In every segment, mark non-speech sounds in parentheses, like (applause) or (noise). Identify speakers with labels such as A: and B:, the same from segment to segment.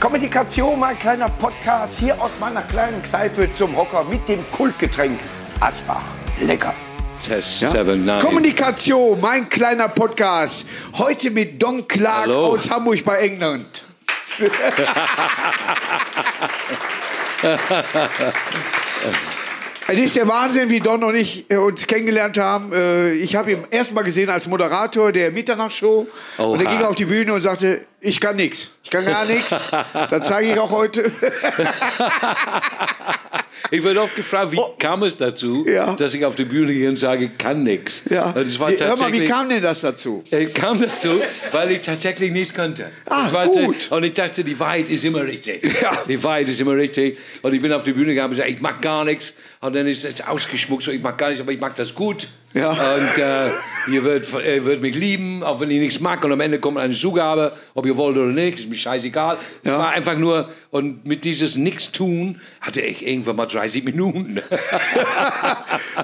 A: Kommunikation, mein kleiner Podcast, hier aus meiner kleinen Kneipe zum Hocker mit dem Kultgetränk Asbach. Lecker.
B: Test seven, nine.
C: Kommunikation, mein kleiner Podcast. Heute mit Don Clark
B: Hallo.
C: aus Hamburg bei
B: (laughs)
C: England. Es ist der Wahnsinn, wie Don und ich äh, uns kennengelernt haben. Äh, Ich habe ihn erstmal gesehen als Moderator der Mitternachtsshow. Und er
B: Oha.
C: ging auf die Bühne und sagte, ich kann nichts. Ich kann gar nichts.
B: (laughs)
C: Das zeige ich auch heute.
B: Ich werde oft gefragt, wie kam es dazu,
C: Oh. Ja.
B: dass ich auf die Bühne gehe und sage, kann nix.
C: (laughs) Ja.
B: Das war
C: Wie- Hör mal, wie
B: tatsächlich-
C: kam denn das dazu?
B: Ich kam dazu, weil ich tatsächlich nichts konnte.
C: Ah,
B: Ich wollte-
C: gut.
B: Und ich dachte, die Wahrheit ist immer richtig.
C: Ja.
B: Die Wahrheit ist immer richtig. Und ich bin auf die Bühne gegangen und gesagt, ich mag gar nichts. Und dann ist es ausgeschmuckt, so ich mag gar nichts, aber ich mag das gut.
C: Ja.
B: Und äh, ihr wird, ihr wird mich lieben, auch wenn ich nichts mag. Und am Ende kommt eine Zugabe, ob ihr wollt oder nicht, ist mir scheißegal. Es
C: Ja.
B: war einfach nur, und mit dieses Nichtstun hatte ich irgendwann mal
C: (laughs)
B: 30 Minuten.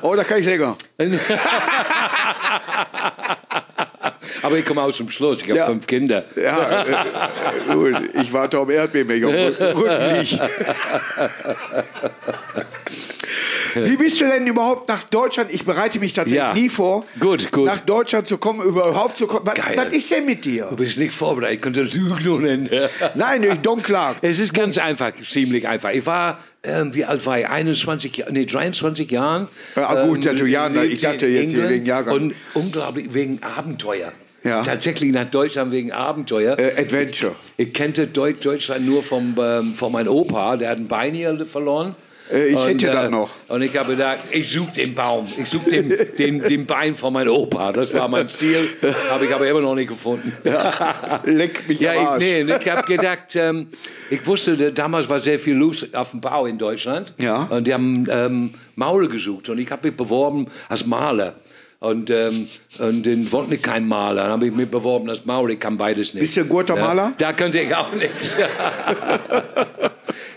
C: Oh, da kann ich länger.
B: (laughs) aber ich komme auch zum Schluss. Ich habe
C: Ja. (laughs)
B: fünf Kinder.
C: Ja, äh, äh, gut, ich warte auf Erdbeben, ich auf Rück- Rücklieg. Wie bist du denn überhaupt nach Deutschland? Ich bereite mich tatsächlich
B: Ja.
C: nie vor,
B: Gut, gut.
C: nach Deutschland zu kommen, überhaupt zu kommen. Was,
B: Geil.
C: was ist denn mit dir?
B: Du bist nicht vorbereitet, ich könnte das Lügnen.
C: Nein, ich Don Clark.
B: Es ist ganz einfach, ziemlich einfach. Ich war, ähm, wie alt war ich? 21, Jahre- nee, 23 Jahren.
C: Ah, gut, ja, du, ja,
B: lebte
C: ich dachte
B: in
C: jetzt hier
B: England
C: wegen Jahrgang.
B: Und unglaublich wegen Abenteuer.
C: Ja.
B: Tatsächlich nach Deutschland wegen Abenteuer.
C: Äh, Adventure.
B: Ich kannte Deu- Deutschland nur vom, ähm, von meinem Opa, der hat ein Bein hier verloren.
C: Äh, ich hätte das noch.
B: Und ich habe gedacht, ich suche den Baum, ich suche den, den, den Bein von meinem Opa. Das war mein Ziel, habe ich aber immer noch nicht gefunden.
C: Leck mich am
B: Ja,
C: Arsch.
B: ich, nee, ich habe gedacht, ähm, ich wusste, da- damals war sehr viel los auf dem Bau in Deutschland.
C: Ja.
B: Und die haben ähm, Maule gesucht und ich habe mich beworben als Maler. Und, ähm, und den wollten nicht kein Maler. Dann habe ich mich beworben als Maler. Ich kann beides nicht.
C: Bist du ein guter Maler?
B: Da könnte ich auch
C: (laughs)
B: nichts.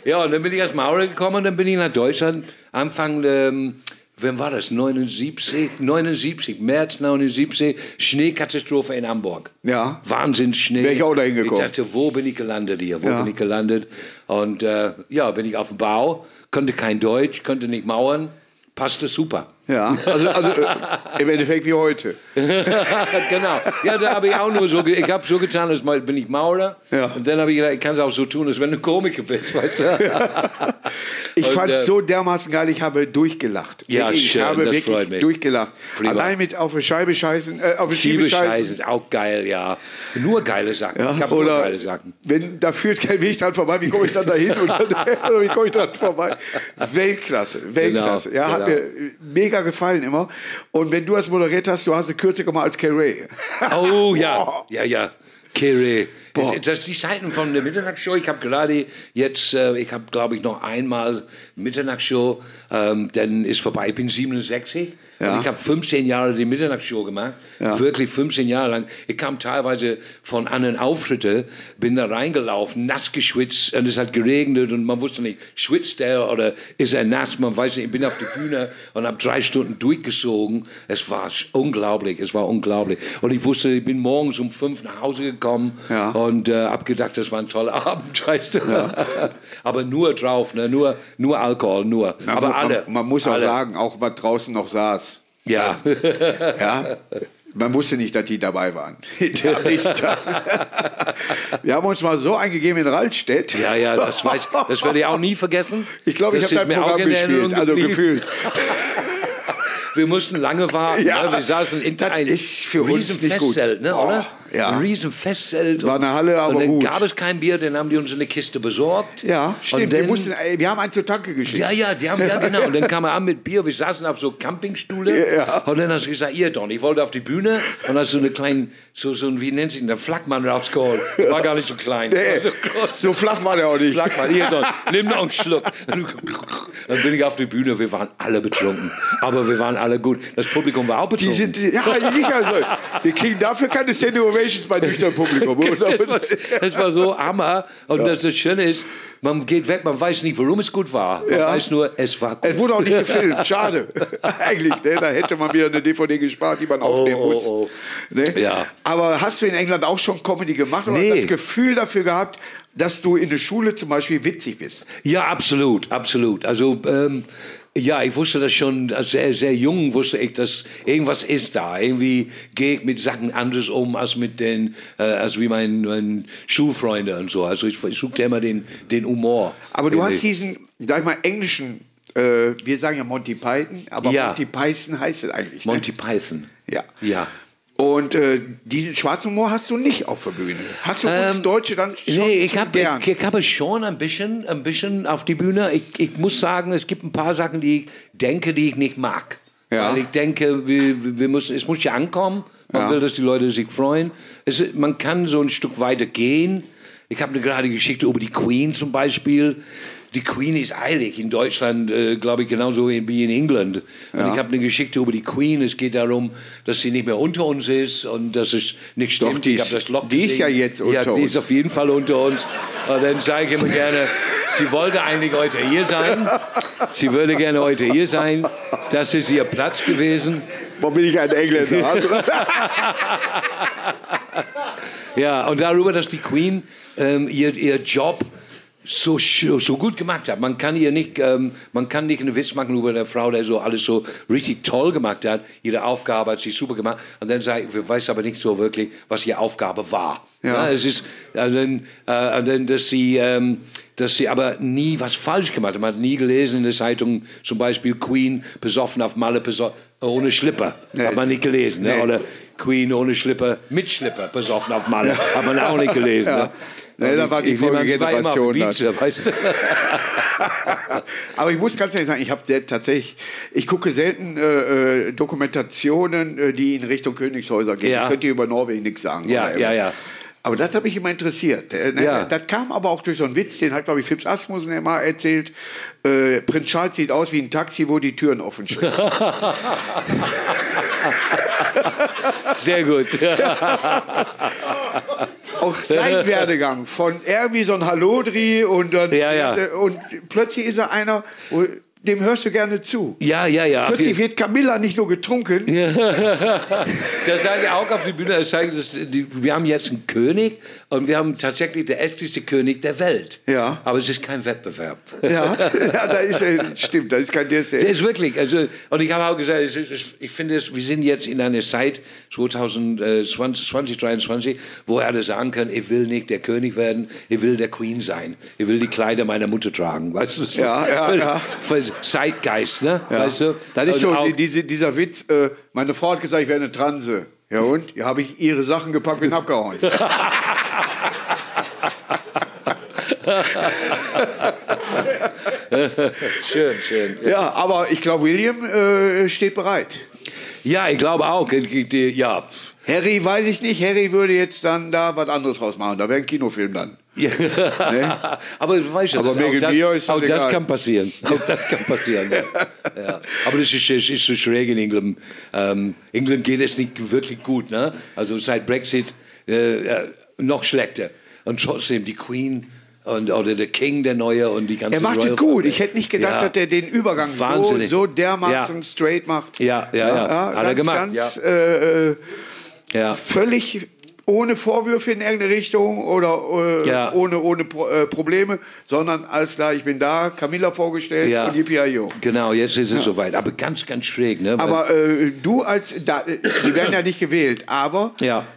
B: Ja, und dann bin ich als Maurer gekommen und dann bin ich nach Deutschland Anfang, ähm, wann war das? 79, 79, März 79, Schneekatastrophe in Hamburg.
C: Ja.
B: Wahnsinnsschnee.
C: Wär ich auch dahin gekommen.
B: Ich dachte, wo bin ich gelandet hier? Wo
C: Ja.
B: bin ich gelandet? Und äh, ja, bin ich auf dem Bau, konnte kein Deutsch, konnte nicht mauern, passte super.
C: Ja, also, also äh, im Endeffekt wie heute.
B: (laughs) genau. Ja, da habe ich auch nur so, ge- ich habe so getan, als mal- bin ich Maurer.
C: Ja.
B: Und dann habe ich gedacht, ich kann es auch so tun, als wenn du Komiker bist, weißt du? (laughs)
C: Ich
B: Und,
C: fand es
B: äh,
C: so dermaßen geil, ich habe durchgelacht.
B: Ja,
C: Wirklich, ich
B: schön,
C: habe
B: das
C: wirklich
B: freut mich.
C: durchgelacht.
B: Prima.
C: Allein mit auf eine Scheibe scheißen, äh, auf eine Schiebe scheißen.
B: Schiebescheißen ist auch geil, ja. Nur geile Sachen.
C: Ja,
B: ich habe nur
C: oder
B: geile Sachen.
C: wenn da führt kein Weg dran vorbei, wie komme ich dann dahin
B: (laughs)
C: oder, (laughs) oder wie komme ich dran vorbei? Weltklasse, Weltklasse.
B: Genau,
C: ja, hat
B: genau.
C: mir mega gefallen immer. Und wenn du das moderiert hast, du hast eine kürzer gemacht als Carey.
B: Oh ja,
C: Boah.
B: ja, ja. Kiri. Das,
C: Boah.
B: das sind die Zeiten von der Mitternachtsshow. Ich habe gerade jetzt, äh, ich habe glaube ich noch einmal Mitternachtsshow, ähm, dann ist vorbei. Ich bin 67
C: Ja.
B: und ich habe 15 Jahre die Mitternachtsshow gemacht.
C: Ja.
B: Wirklich 15 Jahre lang. Ich kam teilweise von anderen Auftritte, bin da reingelaufen, nass geschwitzt und es hat geregnet und man wusste nicht, schwitzt er oder ist er nass? Man weiß nicht. Ich bin auf die Bühne und habe drei Stunden durchgezogen. Es war sch- unglaublich, es war unglaublich. Und ich wusste, ich bin morgens um fünf nach Hause gekommen
C: Ja.
B: und äh, habe gedacht, das war ein toller (laughs) Abend, weißt du. Aber nur drauf, ne? nur, nur Alkohol, nur. Aber
C: man,
B: alle.
C: Also Man, man muss auch
B: alle.
C: sagen, auch was draußen noch saß.
B: Ja.
C: Ja. Man wusste nicht, dass die dabei waren. (laughs) Am nächsten
B: (laughs)
C: Tag. Wir haben uns mal so eingegeben in Rallstedt.
B: Ja, ja, das weiß das werde ich auch nie vergessen.
C: Ich glaube, ich
B: Das
C: habe
B: ist
C: dein
B: mir auch
C: Programm
B: in Erinnerung
C: gespielt, also
B: geblieben.
C: gefühlt.
B: (laughs) Wir mussten lange warten,
C: Ja,
B: ne? wir saßen in
C: das
B: ein
C: ist für uns
B: riesen
C: nicht gut.
B: Festzelt, ne,
C: Boah,
B: oder?
C: ja.
B: Ein riesen Festzelt.
C: War
B: und-
C: eine Halle, aber
B: Und dann
C: gut.
B: gab es kein Bier, dann haben die uns eine Kiste besorgt.
C: Ja,
B: Und
C: stimmt.
B: dann,
C: wir, mussten, äh, wir haben einen zur Tanke geschickt.
B: ja, ja, die haben, ja genau. Und dann kam er an mit Bier, wir saßen auf so Campingstühle.
C: Ja.
B: Und dann hast du gesagt, ihr Don, ich wollte auf die Bühne. Und hast so eine kleine, so, so ein, wie nennt sich der Flakmann rausgeholt. War gar nicht so klein.
C: Nee,
B: War so groß.
C: so flach war der auch
B: (laughs)
C: nicht.
B: Schlag mal hier, Don. Nimm noch einen Schluck. Dann bin ich auf die Bühne. Wir waren alle betrunken. Aber wir waren alle gut. Das Publikum war auch
C: Die
B: betrunken. (laughs)
C: sind, ja, ich also, wir kriegen dafür keine Standing Ovations bei nüchtern Publikum. (laughs)
B: (laughs) das, war, das war so Hammer. Und das, das Schöne ist, man geht weg, man weiß nicht, warum es gut war. Man
C: Ja.
B: weiß nur, es war gut.
C: Es wurde auch nicht gefilmt,
B: (laughs)
C: schade. Eigentlich, ne? da hätte man wieder eine DVD gespart, die man aufnehmen
B: oh,
C: muss.
B: oh.
C: Ne?
B: Ja.
C: Aber hast du in England auch schon Comedy gemacht oder
B: Nee.
C: das Gefühl dafür gehabt, dass du in der Schule zum Beispiel witzig bist?
B: Ja, absolut, absolut. Also ähm, ja, ich wusste das schon als sehr, sehr jung, wusste ich, dass irgendwas ist da. Irgendwie gehe ich mit Sachen anders um als mit den, äh, als wie mein, mein Schulfreunde und so. Also ich, ich suchte immer den, den Humor.
C: Aber du
B: Irgendwie.
C: hast diesen, sag ich mal, englischen, äh, wir sagen ja Monty Python, aber
B: Ja.
C: Monty Python heißt es eigentlich.
B: Monty Python.
C: Ne? Ja.
B: Ja.
C: Und äh, diesen schwarzen Humor hast du nicht auf der Bühne. Hast du uns
B: Ähm,
C: Deutsche dann schon
B: Nee, ich
C: zu
B: habe
C: gern?
B: ich, ich habe schon ein bisschen, ein bisschen auf die Bühne. Ich, ich muss sagen, es gibt ein paar Sachen, die ich denke, die ich nicht mag.
C: Ja.
B: Weil ich denke, wir, wir müssen, es muss ja ankommen. Man
C: Ja.
B: will, dass die Leute sich freuen. Es, ist- man kann so ein Stück weiter gehen. Ich habe eine gerade Geschichte über die Queen zum Beispiel. Die Queen ist eilig in Deutschland, äh, glaube ich, genauso wie in England. Und ich habe eine Geschichte über die Queen. Es geht darum, dass sie nicht mehr unter uns ist und dass es nicht
C: Doch,
B: stimmt.
C: die
B: ich hab
C: ist-
B: das Loch
C: die ist ja
B: gesehen.
C: jetzt unter
B: ja, die
C: uns.
B: Ist auf jeden Fall unter uns. Und dann sage ich immer gerne, sie wollte eigentlich heute hier sein. Sie würde gerne heute hier sein. Das ist ihr Platz gewesen.
C: Warum bin ich ein (laughs) Engländer? Also-
B: Ja, und darüber, dass die Queen ähm, ihr, ihr Job so, sch- so gut gemacht hat. Man kann ihr nicht, ähm, man kann nicht einen Witz machen über eine Frau, der so alles so richtig toll gemacht hat. Ihre Aufgabe hat sie super gemacht. Und dann sagt, ich weiß aber nicht so wirklich, was ihre Aufgabe war.
C: Ja.
B: es ist, und dann, äh, und dann, dass sie, ähm, dass sie aber nie was falsch gemacht hat. Man hat nie gelesen in der Zeitung, zum Beispiel Queen besoffen auf Malle, beso- ohne Schlipper.
C: Nee.
B: Hat man nicht gelesen.
C: Nee.
B: Ne? Oder Queen ohne Schlipper, mit Schlipper, besoffen auf Malle. Hat man auch nicht gelesen.
C: Ja.
B: Ne?
C: Nee,
B: Und
C: da
B: ich-
C: war die
B: ich nehme an, sie
C: Folgegeneration
B: War immer auf der Beach, weißt du?
C: Aber ich muss ganz ehrlich sagen, ich habe sehr- tatsächlich, ich gucke selten äh, äh, Dokumentationen, äh, die in Richtung Königshäuser gehen.
B: Ja.
C: Ich könnte über Norwegen nichts sagen.
B: Ja,
C: oder
B: ja,
C: eben.
B: ja.
C: Aber das habe ich immer interessiert. Äh, ne,
B: Ja.
C: Das kam aber auch durch so einen Witz, den hat, glaube ich, Fips Asmussen immer erzählt. Äh, Prinz Charles sieht aus wie ein Taxi, wo die Türen offen stehen.
B: (laughs) Sehr gut.
C: auch
B: (laughs)
C: sein Werdegang von er wie so ein Hallodri und dann äh,
B: Ja, ja.
C: und plötzlich ist er einer, wo, dem hörst du gerne zu.
B: Ja, ja, ja. auf jeden-
C: Plötzlich wird Camilla nicht nur getrunken,
B: (laughs) Das sage ich auch auf die Bühne. Das sage ich, das, die, wir haben jetzt einen König und wir haben tatsächlich der älteste König der Welt.
C: Ja.
B: Aber es ist kein Wettbewerb.
C: (laughs) Ja, ja da ist er, stimmt, da ist kein
B: Der
C: DSL.
B: ist wirklich, also, und ich habe auch gesagt, es ist, es- ich finde, es, wir sind jetzt in einer Zeit, 2020, 2023, wo er das sagen kann, ich will nicht der König werden, ich will der Queen sein, ich will die Kleider meiner Mutter tragen, weißt du? so-
C: Ja, ja,
B: für,
C: ja.
B: Für Zeitgeist, ne?
C: Ja.
B: Weißt du?
C: Das ist
B: Und
C: so
B: auch-
C: die- diese, dieser Witz, äh, meine Frau hat gesagt, ich wäre eine Transe. Ja und? Ja, habe ich ihre Sachen gepackt und
B: (laughs)
C: abgehauen.
B: schön, schön.
C: ja, aber ich glaube, William äh, steht bereit.
B: Ja, ich glaube auch, die- die- ja.
C: Harry weiß ich nicht, Harry würde jetzt dann da was anderes draus machen. Da wäre ein Kinofilm dann.
B: Ja. Aber du weißt ja,
C: Aber
B: das-
C: Meghan
B: auch, das,
C: Mia ist
B: auch
C: halt egal.
B: das
C: (laughs)
B: kann passieren. Auch das kann passieren. ja. ja. Aber das ist, ist, ist so schräg in England. Ähm, England geht es nicht wirklich gut. Ne? Also seit Brexit äh, äh, noch schlechter. Und trotzdem die Queen und, oder der King, der Neue und die ganze
C: Er macht
B: Royal
C: es gut.
B: Family.
C: Ich hätte nicht gedacht,
B: Ja.
C: dass er den Übergang so,
B: Wahnsinnig.
C: so dermaßen
B: Ja.
C: straight macht.
B: Ja, ja, ja. Hat er
C: ganz,
B: gemacht,
C: Ganz,
B: ja.
C: äh, äh,
B: ja.
C: völlig ohne Vorwürfe in irgendeine Richtung oder äh,
B: Ja.
C: ohne, ohne Pro äh, Probleme, sondern alles klar, ich bin da, Camilla vorgestellt
B: Ja.
C: und Yippie
B: Genau, jetzt ist es soweit. Aber ganz, ganz schräg. Ne? Weil-
C: Aber äh, du als, da, äh, die werden ja nicht gewählt, aber
B: ja.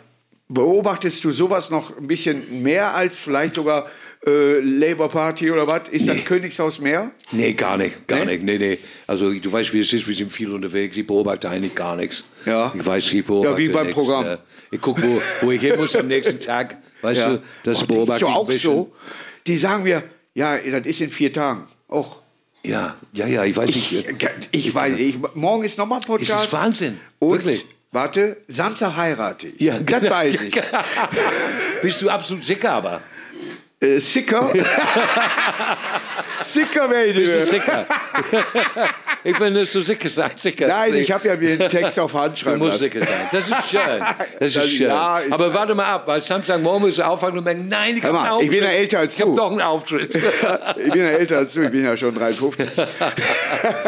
C: beobachtest du sowas noch ein bisschen mehr als vielleicht sogar äh, Labour Party oder was? Ist das Königshaus mehr?
B: Nee, gar nicht, gar
C: Nee?
B: nicht. Nee, nee. Also du weißt, wie es ist, wir sind viel unterwegs, ich beobachte eigentlich gar nichts.
C: Ja.
B: Ich weiß, ich beobachte
C: Ja, wie beim
B: nichts,
C: Programm.
B: äh, Ich gucke, wo, wo ich hin muss am nächsten Tag, weißt
C: Ja.
B: du, das
C: Och,
B: beobachte
C: ist doch
B: ich ein
C: auch
B: bisschen.
C: so. Die sagen mir, ja, das ist in vier Tagen. Och,
B: Ja, ja, ja, ich weiß nicht.
C: ich,
B: äh,
C: ich weiß, ich, morgen ist nochmal
B: Es
C: Podcast.
B: ist Wahnsinn,
C: Und,
B: wirklich.
C: Warte, Samstag heirate ich.
B: Ja,
C: das
B: genau.
C: weiß ich.
B: (laughs) Bist du absolut sicher, aber?
C: Äh, sicker. (laughs) sicker wäre ich
B: Bist du
C: nicht mehr.
B: sicher? (laughs) ich bin nicht so sicher, sein, sicher.
C: Nein,
B: Nee.
C: ich habe ja mir einen Text auf Hand
B: Du
C: schreiben
B: musst
C: lassen.
B: sicher sein. Das ist schön.
C: (laughs)
B: Das ist
C: Das-
B: schön.
C: ja, ich-
B: Aber warte mal ab, weil Samstagmorgen musst du aufwachen und merken, nein, ich
C: Hör
B: habe einen
C: mal, ich
B: Auftritt.
C: bin ja älter als
B: Ich habe
C: du.
B: doch
C: (laughs)
B: einen Auftritt.
C: (laughs) ich bin ja älter als du, ich bin ja schon 53.
B: (laughs)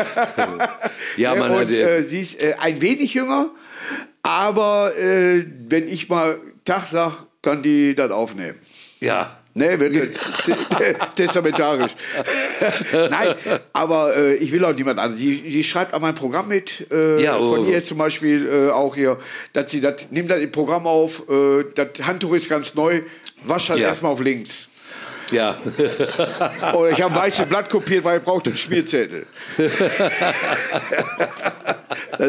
B: ja, man
C: und
B: hat, äh,
C: äh, sie ist äh, ein wenig jünger, aber äh, wenn ich mal Tag sag, kann die das aufnehmen.
B: Ja.
C: Nee, wird, äh, te- te-
B: (laughs)
C: testamentarisch. Nein, aber äh, ich will auch niemand an. Die, die schreibt an mein Programm mit. Äh,
B: Ja, oh,
C: von ihr
B: oh.
C: ist zum Beispiel äh, auch hier, dass sie das, nimmt das im Programm auf, äh, das Handtuch ist ganz neu, wasch das
B: Ja.
C: erstmal auf links. (laughs)
B: Ja.
C: Oder Oh, ich habe ein weißes Blatt kopiert, weil ich brauchte einen
B: (laughs)
C: Schmierzettel. das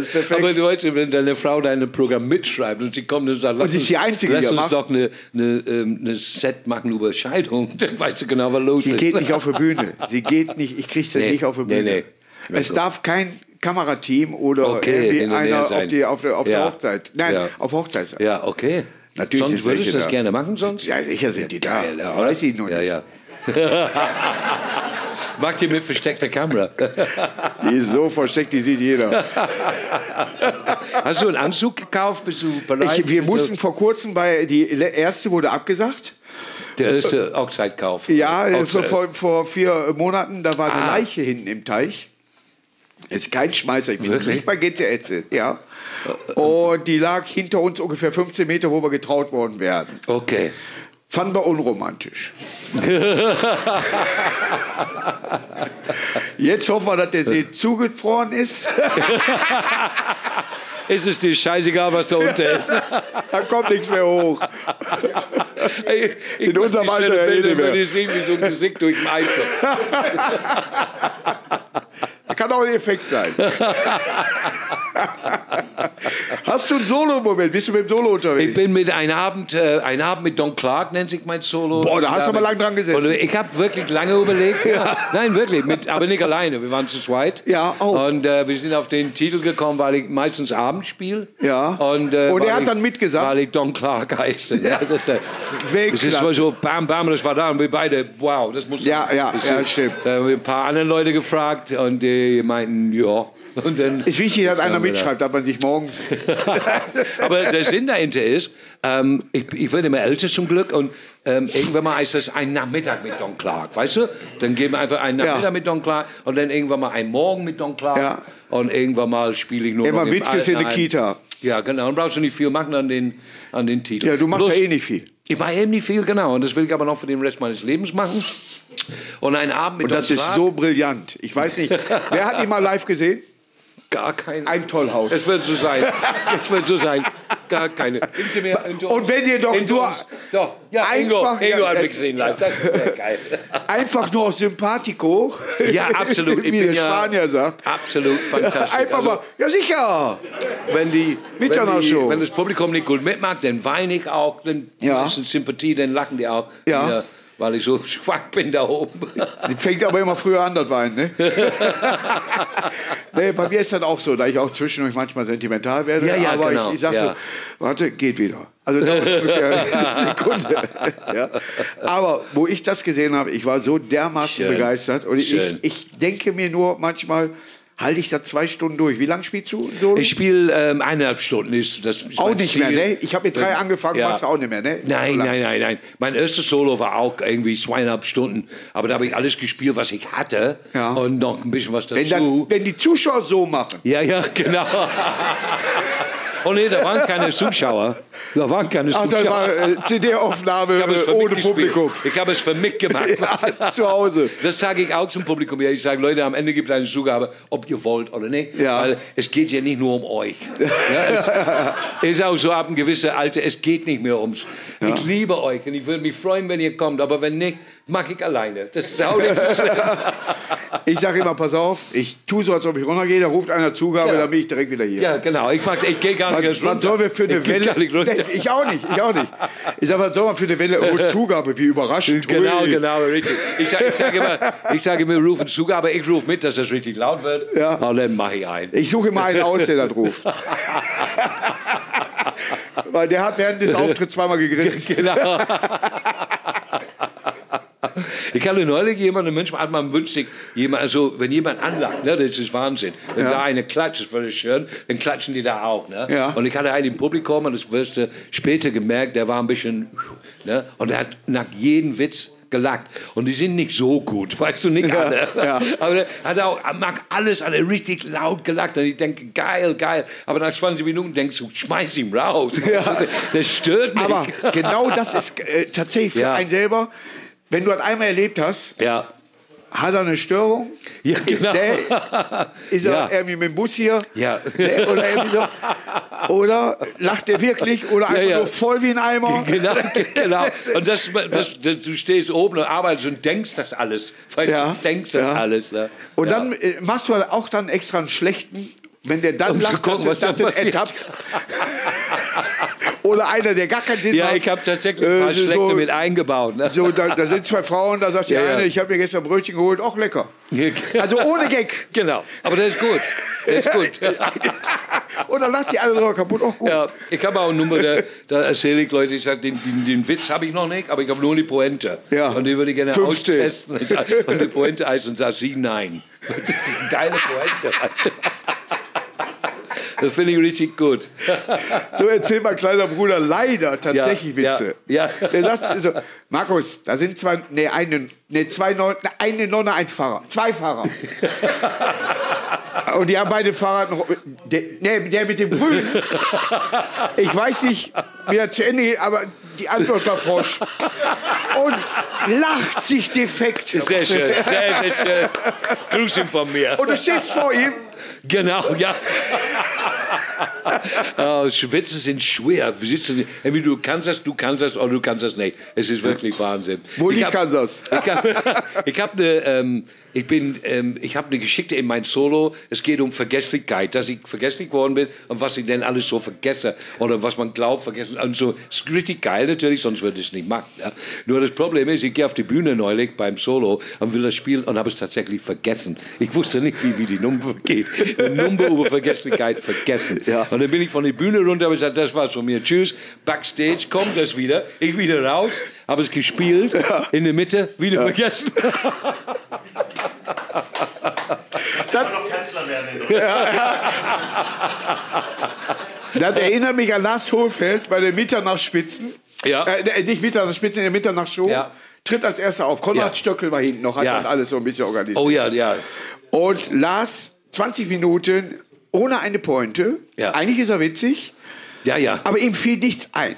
C: ist perfekt.
B: Aber du weißt, wenn deine Frau dein Programm mitschreibt und sie kommt und sagt, lass
C: sie ist
B: uns,
C: die Einzige, die
B: lass
C: das
B: uns
C: macht.
B: doch eine, eine, ähm, eine Set machen über Scheidung, (laughs) dann weißt du genau, was los
C: Sie
B: ist.
C: geht nicht auf die Bühne. Sie geht nicht, ich kriege sie
B: Nee,
C: nicht auf die
B: nee,
C: Bühne.
B: nee.
C: Es darf kein Kamerateam oder
B: Okay, in
C: irgendwie
B: der Nähe
C: einer auf,
B: sein.
C: die, auf, der, auf der
B: Ja.
C: Hochzeit. Nein,
B: Ja.
C: auf Hochzeit sein.
B: Ja, okay.
C: Natürlich
B: sonst
C: sind
B: würdest
C: welche
B: du das
C: da.
B: gerne machen, sonst?
C: Ja, sicher sind die da.
B: Geil, oder?
C: Weiß ich noch
B: ja,
C: nicht.
B: Ja. (laughs) Macht ihr mit versteckter Kamera.
C: (laughs) Die ist so versteckt, die sieht jeder.
B: (laughs) Hast du einen Anzug gekauft? Bist du bereit?
C: Ich, wir
B: Bist du-
C: mussten vor kurzem bei, die le- erste wurde abgesagt.
B: Der äh, erste Oxide-Kauf.
C: Ja, äh,
B: Oxide.
C: vor, vor vier Monaten, da war eine
B: Ah.
C: Leiche hinten im Teich. Ist kein Schmeißer, ich bin
B: Wirklich? Oh,
C: nicht bei GTS, ja. Und die lag hinter uns ungefähr 15 Meter, wo wir getraut worden wären.
B: Okay. (laughs)
C: Fanden wir unromantisch. Jetzt hoffen wir, dass der See zugefroren ist. (laughs)
B: Ist es dir scheißegal, was
C: (laughs)
B: da unter ist?
C: Da kommt nichts mehr hoch.
B: Ey, ich
C: In unserem
B: möchte
C: Alter
B: schnelle
C: eh nicht
B: Bilder,
C: mehr.
B: wenn ich sehe, wie so ein Gesicht durch den Ei kommt.
C: Kann auch ein Effekt sein. (laughs) Hast du einen Solo-Moment? Bist du mit dem Solo
B: Ich
C: unterwegs?
B: bin mit einem Abend, äh, ein Abend mit Don Clark, nennt sich mein Solo.
C: Boah, da hast du
B: Ja,
C: aber
B: mit-
C: lang dran gesessen.
B: Und ich habe wirklich lange
C: (laughs)
B: überlegt. Nein, wirklich, mit, aber nicht alleine. Wir waren zu zweit.
C: Ja, oh.
B: Und äh, wir sind auf den Titel gekommen, weil ich meistens Abend spiele.
C: Ja.
B: Und, äh,
C: Und er
B: weil
C: hat
B: ich,
C: dann mitgesagt?
B: Weil ich Don Clark heiße. Ja. Das ist, äh, es
C: Weltklasse.
B: ist war so, bam, bam, das war da. Und wir beide, wow, das muss
C: Ja, ja,
B: das
C: ja,
B: ist-
C: stimmt.
B: Da haben wir ein paar andere Leute gefragt und die meinten, ja. Und dann
C: Ist wichtig, dass einer
B: haben wir da.
C: mitschreibt, dass man sich morgens.
B: (laughs) Aber der Sinn dahinter ist, ähm, ich, ich werde immer älter zum Glück und ähm, irgendwann mal ist das ein Nachmittag mit Don Clark, weißt du? Dann geben wir einfach einen Nachmittag mit Don Clark und dann irgendwann mal einen Morgen mit Don Clark
C: Ja.
B: und irgendwann mal spiele ich nur
C: Immer
B: noch im
C: Witzkes in der
B: Altenheim.
C: Kita.
B: Ja, genau. Dann brauchst du nicht viel machen an den, an den Titel.
C: Ja, du machst
B: Plus-
C: ja eh nicht viel.
B: Ich mache eben nicht viel, genau. Und das will ich aber noch für den Rest meines Lebens machen. Und einen Abend mit
C: Und das
B: Don
C: ist
B: Clark,
C: so brillant. Ich weiß nicht, wer hat ihn mal live gesehen?
B: gar kein...
C: Ein Tollhaus.
B: Es wird so
C: (laughs)
B: sein. Es wird so sein. Gar keine. Hinter mir, hinter
C: Und
B: uns.
C: wenn ihr doch
B: Hinter
C: nur-
B: uns. Doch, ja, Ingo.
C: Einfach-
B: Ingo hat
C: ja,
B: mich gesehen live. Das ist ja geil.
C: Einfach nur aus Sympathico.
B: (laughs) Ja, absolut. Ich
C: Wie
B: bin
C: der
B: ja-
C: Spanier sagt. (laughs)
B: Absolut fantastisch.
C: Einfach
B: Also,
C: mal. Ja, sicher.
B: Wenn, die, wenn,
C: Mitternachtsshow.
B: die, wenn das Publikum nicht gut mitmacht, dann weine ich auch. Dann
C: Ja.
B: ja. ist Sympathie, dann lachen die auch.
C: Ja.
B: Und, äh, weil ich so (laughs) schwach bin da oben.
C: (laughs) Fängt aber immer früher an, das Wein, ne? nee, bei mir ist das auch so, da ich auch zwischendurch manchmal sentimental werde.
B: Ja, ja,
C: aber
B: genau,
C: ich, ich sag
B: ja.
C: so, warte, geht wieder. Also
B: (laughs)
C: dauert ungefähr eine Sekunde. (laughs) ja. Aber wo ich das gesehen habe, ich war so dermaßen
B: Schön.
C: begeistert. Und ich,
B: Schön.
C: ich denke mir nur manchmal, halte ich das zwei Stunden durch. Wie lange spielst du so?
B: Ich spiele ähm, eineinhalb Stunden. Ist, das ist
C: auch
B: mein
C: nicht
B: Ziel.
C: mehr, ne? Ich habe mit drei angefangen,
B: Ja.
C: machst du auch nicht mehr, ne?
B: Nein, nein, nein, nein. Mein erstes Solo war auch irgendwie zweieinhalb Stunden. Aber da habe ich alles gespielt, was ich hatte.
C: Ja.
B: Und noch ein bisschen was
C: Wenn, dann,
B: dazu.
C: wenn die Zuschauer so machen,
B: ja, ja, genau.
C: (laughs)
B: oh nee, da waren keine Zuschauer. Da waren keine
C: ach, dann
B: Zuschauer.
C: war äh,
B: (laughs)
C: CD-Aufnahme
B: ich habe es
C: äh,
B: für
C: ohne
B: mich gespielt.
C: Publikum. (laughs)
B: Ich habe es für mich gemacht.
C: Ja, zu Hause.
B: Das sage ich auch zum Publikum. Ja, ich sage, Leute, am Ende gibt es eine Zugabe, ob ihr wollt oder nicht.
C: Ja.
B: Weil es geht ja nicht nur um
C: (laughs)
B: euch. Ja, es ist auch so ab einem gewissen Alter, es geht nicht mehr ums. Ich liebe euch und ich würde mich freuen, wenn ihr kommt. Aber wenn nicht, mache ich alleine. Das ist auch nicht so schlimm.
C: Ich sage immer, pass auf, ich tue so, als ob ich runtergehe, da ruft einer Zugabe,
B: Ja.
C: dann bin ich direkt wieder hier.
B: Ja, genau. Ich, mag, ich gehe gar nicht
C: Was,
B: erst
C: was
B: runter.
C: sollen wir für eine
B: ich geh
C: Welle?
B: Gar nicht runter.
C: Nee, ich auch nicht, ich auch nicht. Ich sage, was soll man für eine Welle? Oh, Zugabe, wie überraschend.
B: Genau,
C: Ui.
B: genau, richtig. Ich sage ich sag immer, ich sag immer, rufen zu, aber ich rufe mit, dass das richtig laut wird.
C: Ja.
B: Und dann mache ich ein.
C: Ich suche immer einen aus, der das
B: (laughs)
C: ruft. Weil der hat während des Auftritts zweimal gegrinst.
B: (laughs) Genau. Ich hatte neulich jemanden, manchmal hat man wünscht sich, jemand, also, wenn jemand anlacht, ne, das ist Wahnsinn. Wenn da eine klatscht, das wäre schön, dann klatschen die da auch. Ne?
C: Ja.
B: Und ich hatte einen im Publikum und das wirst du später gemerkt, der war ein bisschen, ne, und er hat nach jedem Witz gelacht. Und die sind nicht so gut, (laughs) weißt du, nicht alle.
C: ja.
B: Aber der hat auch, mag alles, alle richtig laut gelacht. Und ich denke, geil, geil. Aber nach 20 Minuten denkst du, schmeiß ihn raus. Das stört mich. (laughs)
C: Aber genau das ist äh, tatsächlich für
B: Ja.
C: einen selber. wenn du das einmal erlebt hast,
B: Ja.
C: hat er eine Störung.
B: Ja, genau.
C: Der (laughs) ist
B: Ja.
C: er irgendwie mit dem Bus hier?
B: Ja.
C: Der, Ne? oder, irgendwie so. oder lacht er wirklich? Oder einfach
B: ja.
C: nur voll wie ein Eimer?
B: Genau, genau. Und das, das, das, du stehst oben und arbeitest und denkst das alles. Weil
C: Ja,
B: du denkst das
C: ja.
B: alles. Ne?
C: Und
B: ja.
C: dann äh, machst du halt auch dann extra einen schlechten, wenn der dann
B: Um zu
C: lacht,
B: gucken,
C: dass
B: was
C: du-
B: da
C: dass du den
B: passiert.
C: ertappst. (laughs) Oder einer, der gar keinen Sinn
B: Ja,
C: macht.
B: ich habe tatsächlich ein
C: Äh,
B: paar
C: so-
B: Schlechte mit eingebaut. Ne?
C: So,
B: (laughs)
C: da, da sind zwei Frauen, da sagt die
B: Ja, ja.
C: eine, ich habe mir gestern Brötchen geholt, auch lecker. Also ohne
B: (laughs)
C: Gag. (laughs)
B: Genau, aber das ist gut. Das ist gut.
C: Und dann lacht die andere drüber kaputt, auch gut.
B: Ja, ich habe auch eine Nummer, da, da erzähle ich Leute, ich sage, den, den, den Witz habe ich noch nicht, aber ich habe nur die Pointe.
C: Ja.
B: Und die würde ich gerne
C: 15.
B: austesten. Ich sag, Und die Pointe heißt und sagt sie nein. (laughs) Deine Pointe. Das finde ich richtig gut.
C: So erzählt mein kleiner Bruder leider tatsächlich
B: Ja,
C: Witze.
B: ja, ja.
C: Der sagt so, Markus, da sind zwei, nee, eine, nee, zwei Nonne, eine Nonne, ein Fahrer. Zwei
B: (laughs)
C: Fahrer. Und die haben beide Fahrrad noch, der, nee, der mit dem Grün. Ich weiß nicht, wie er zu Ende geht, aber die Antwort war Frosch. Und lacht sich defekt.
B: Sehr schön, sehr, sehr schön. Grüß ihn von mir.
C: Und du stehst vor ihm,
B: Genau, ja. oh, Schwitze sind schwer. Wir sitzen- Entweder du kannst das, du kannst das oder du kannst das nicht. Es ist wirklich Wahnsinn.
C: Wo
B: Ich
C: liegt
B: hab-
C: Kansas?
B: Ich habe ich hab (laughs) eine, ähm, ich bin, ähm, ich habe eine Geschichte in mein Solo. Es geht um Vergesslichkeit, dass ich vergesslich geworden bin und was ich denn alles so vergesse oder was man glaubt vergessen. Und so ist richtig geil natürlich, sonst würde ich es nicht machen. Ja? Nur das Problem ist, ich gehe auf die Bühne neulich beim Solo und will das spielen und habe es tatsächlich vergessen. Ich wusste nicht, wie, wie die Nummer geht. Die Nummer über Vergesslichkeit vergessen.
C: Ja.
B: Und dann bin ich von der Bühne runter und gesagt, das war's von mir. Tschüss. Backstage kommt das wieder. Ich wieder raus, habe es gespielt, in der Mitte, wieder vergessen.
D: kann noch Kanzler werden in Deutschland.
C: das erinnert mich an Lars Hohlfeld bei den Mitternachtsspitzen.
B: Ja.
C: Äh, nee, nicht Mitternachtsspitzen, in der Mitternachtsshow.
B: Ja.
C: Tritt als erster auf. Konrad
B: Ja.
C: Stöckel war hinten noch, hat
B: Ja.
C: das alles so ein bisschen organisiert.
B: Oh ja, ja.
C: Und Lars 20 Minuten ohne eine Pointe.
B: Ja.
C: Eigentlich ist er witzig,
B: Ja, ja. (laughs)
C: aber ihm fiel nichts ein.